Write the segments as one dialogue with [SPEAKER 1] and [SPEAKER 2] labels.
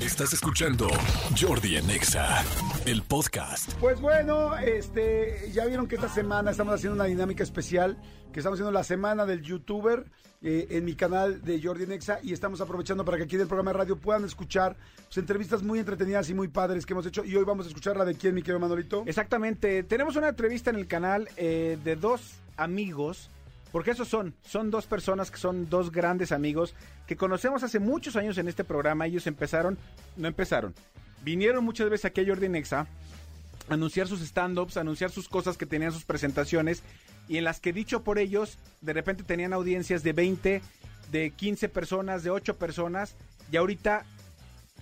[SPEAKER 1] Estás escuchando Jordi en EXA, el podcast.
[SPEAKER 2] Pues bueno, este, ya vieron que esta semana estamos haciendo una dinámica especial, que estamos haciendo la semana del youtuber eh, en mi canal de Jordi Nexa y estamos aprovechando para que aquí del programa de radio puedan escuchar pues, entrevistas muy entretenidas y muy padres que hemos hecho y hoy vamos a escuchar la de quién, mi querido Manolito.
[SPEAKER 3] Exactamente. Tenemos una entrevista en el canal eh, de dos amigos. Porque esos son, son dos personas que son dos grandes amigos que conocemos hace muchos años en este programa. Ellos empezaron, no empezaron, vinieron muchas veces aquí a Jordi Nexa a anunciar sus stand-ups, a anunciar sus cosas que tenían sus presentaciones y en las que dicho por ellos, de repente tenían audiencias de 20, de 15 personas, de 8 personas y ahorita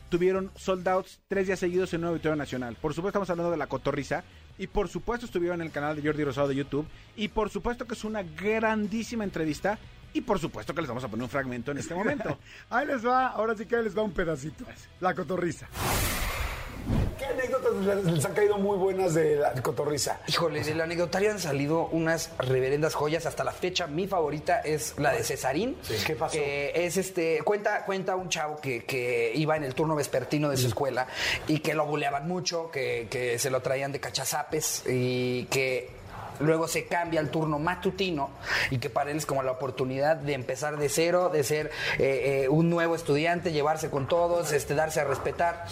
[SPEAKER 3] tuvieron sold outs tres días seguidos en un auditorio nacional. Por supuesto estamos hablando de la cotorriza y por supuesto estuvieron en el canal de Jordi Rosado de YouTube y por supuesto que es una grandísima entrevista y por supuesto que les vamos a poner un fragmento en este momento.
[SPEAKER 2] Ahí les va, ahora sí que ahí les va un pedacito. La cotorriza. ¿Qué anécdotas les, les han caído muy buenas de la cotorriza?
[SPEAKER 4] Híjole, del anecdotario han salido unas reverendas joyas hasta la fecha. Mi favorita es la de Cesarín.
[SPEAKER 2] ¿Qué pasó?
[SPEAKER 4] Que es este. Cuenta, cuenta un chavo que, que iba en el turno vespertino de su escuela y que lo buleaban mucho, que, que se lo traían de cachazapes y que. Luego se cambia al turno matutino y que para él es como la oportunidad de empezar de cero, de ser eh, eh, un nuevo estudiante, llevarse con todos, este, darse a respetar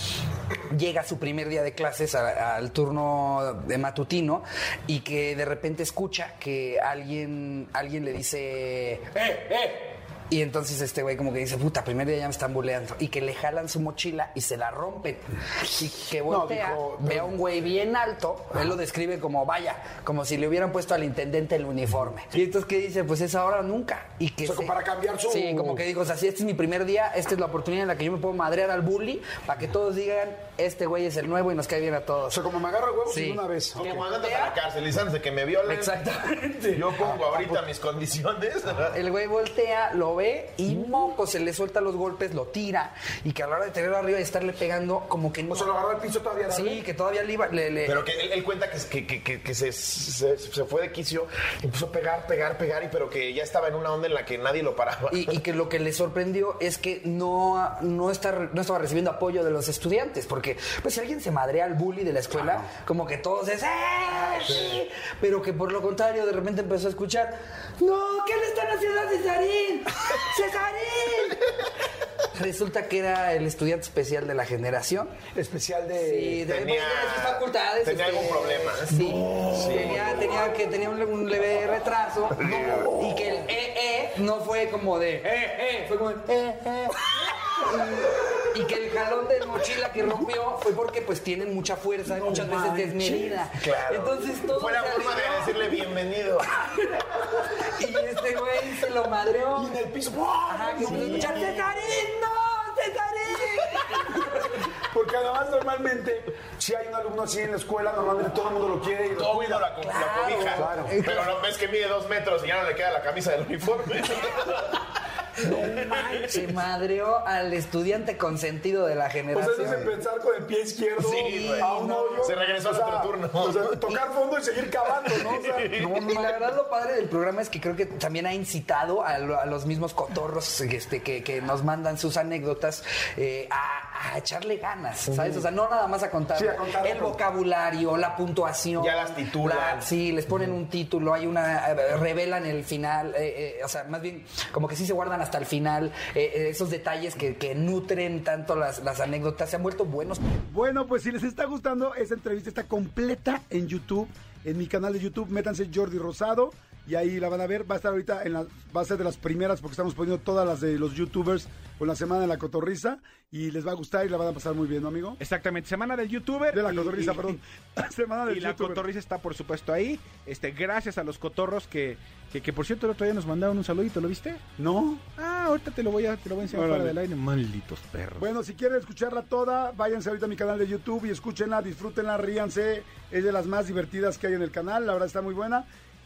[SPEAKER 4] llega su primer día de clases a- al turno de matutino y que de repente escucha que alguien, alguien le dice, ¡eh, eh! Y entonces este güey como que dice, puta, primer día ya me están buleando. Y que le jalan su mochila y se la rompen. Y que voltea,
[SPEAKER 2] dijo,
[SPEAKER 4] ve a un güey bien alto, él lo describe como, vaya, como si le hubieran puesto al intendente el uniforme. Y entonces que dice, pues es ahora o nunca. Y que
[SPEAKER 2] O sea, como para cambiar su-
[SPEAKER 4] Sí, como que digo, o sea, si este es mi primer día, esta es la oportunidad en la que yo me puedo madrear al bully para que todos digan, este güey es el nuevo y nos cae bien a
[SPEAKER 2] O
[SPEAKER 4] todos.
[SPEAKER 2] sea, como me agarro huevos
[SPEAKER 4] Sí.
[SPEAKER 2] de una vez.
[SPEAKER 4] Ok.
[SPEAKER 5] Como andas a la cárcel y antes de que me violen.
[SPEAKER 4] Exactamente.
[SPEAKER 5] Yo pongo
[SPEAKER 4] Ah, pues.
[SPEAKER 5] ahorita mis condiciones.
[SPEAKER 4] El güey voltea, lo ve y moco, se le suelta los golpes, lo tira. Y que a la hora de tenerlo arriba y estarle pegando, como que no.
[SPEAKER 2] O sea, lo agarró al piso todavía.
[SPEAKER 4] Sí, que todavía le iba. le- le-
[SPEAKER 5] Pero que él, él cuenta que, que- que- que- que se, se- se fue de quicio, empezó a pegar, pegar, pegar, y pero que ya estaba en una onda en la que nadie lo paraba.
[SPEAKER 4] Y, y que lo que le sorprendió es que no, no, está, no estaba recibiendo apoyo de los estudiantes, porque pues si alguien se madrea al bully de la escuela, como que todos es, ¡eh! sí". Pero que por lo contrario, de repente empezó a escuchar, ¡No! ¿Qué le están haciendo a Cesarín? ¡Cesarín! Resulta que era el estudiante especial de la generación.
[SPEAKER 2] Especial
[SPEAKER 4] Sí,
[SPEAKER 2] de...
[SPEAKER 4] de-
[SPEAKER 5] tenía-
[SPEAKER 4] pues, de sus facultades. este,
[SPEAKER 5] tenía algún problema.
[SPEAKER 4] Sí. Tenía, tenía que tenía un, un leve retraso. Y que el EE no fue como de eh, eh, fue como de, eh, eh. Y, y que el jalón de mochila que rompió fue porque pues tienen mucha fuerza y muchas veces desmedida.
[SPEAKER 5] Claro.
[SPEAKER 4] Entonces todo
[SPEAKER 5] Fue la
[SPEAKER 4] se
[SPEAKER 5] forma de
[SPEAKER 4] alivió,
[SPEAKER 5] decirle bienvenido.
[SPEAKER 4] Y este güey se lo madreó.
[SPEAKER 2] Y en el piso. ¡guau!
[SPEAKER 4] Ajá, que empezó a escuchar, "Cesarín, no! ¡Cesarín!"
[SPEAKER 2] Porque además normalmente, si hay un alumno así en la escuela, normalmente todo el mundo lo quiere y lo
[SPEAKER 5] Todo mundo la, co- la
[SPEAKER 4] Claro,
[SPEAKER 5] cobija.
[SPEAKER 4] claro.
[SPEAKER 5] Pero no ves que mide dos metros y ya no le queda la camisa del uniforme.
[SPEAKER 4] Se madreó al estudiante consentido de la
[SPEAKER 2] O sea,
[SPEAKER 4] generación.
[SPEAKER 2] eso es empezar con el pie izquierdo
[SPEAKER 5] Sí, güey.
[SPEAKER 2] a un hoyo.
[SPEAKER 5] Se regresó
[SPEAKER 2] o
[SPEAKER 5] al
[SPEAKER 2] sea,
[SPEAKER 5] otro turno.
[SPEAKER 2] O sea, tocar fondo y seguir cavando, ¿no? O sea,
[SPEAKER 4] No, y la verdad lo padre del programa es que creo que también ha incitado a, lo- a los mismos cotorros este, que, que nos mandan sus anécdotas eh, a, a echarle ganas, ¿sabes? O sea, no nada más a contar
[SPEAKER 2] Sí, a contarlo.
[SPEAKER 4] el vocabulario, la puntuación.
[SPEAKER 5] Ya las titulan.
[SPEAKER 4] la- sí, les ponen un título, hay una, eh, revelan el final, eh, eh, o sea, más bien como que sí se guardan hasta el final eh, eh, esos detalles que, que nutren tanto las, las anécdotas, se han vuelto buenos.
[SPEAKER 2] Bueno, pues si les está gustando, esta entrevista está completa en YouTube, en mi canal de YouTube, métanse Jordi Rosado y ahí la van a ver. Va a estar ahorita en la, va a ser de las primeras porque estamos poniendo todas las de los youtubers con la semana de la cotorriza y les va a gustar y la van a pasar muy bien, ¿no, amigo?
[SPEAKER 3] Exactamente, semana del youtuber.
[SPEAKER 2] De la
[SPEAKER 3] y-
[SPEAKER 2] cotorriza,
[SPEAKER 3] y-
[SPEAKER 2] perdón. semana del
[SPEAKER 3] Y la
[SPEAKER 2] youtuber.
[SPEAKER 3] cotorriza está, por supuesto, ahí. Este, gracias a los cotorros que, que, que, por cierto, el otro día nos mandaron un saludito, ¿lo viste?
[SPEAKER 2] ¿No?
[SPEAKER 3] Ah, ahorita te lo voy a, te lo voy a enseñar fuera
[SPEAKER 2] Órale.
[SPEAKER 3] del aire. Malditos perros.
[SPEAKER 2] Bueno, si quieren escucharla toda, váyanse ahorita a mi canal de YouTube y escúchenla, disfrútenla, ríanse. Es de las más divertidas que hay en el canal, la verdad está muy buena.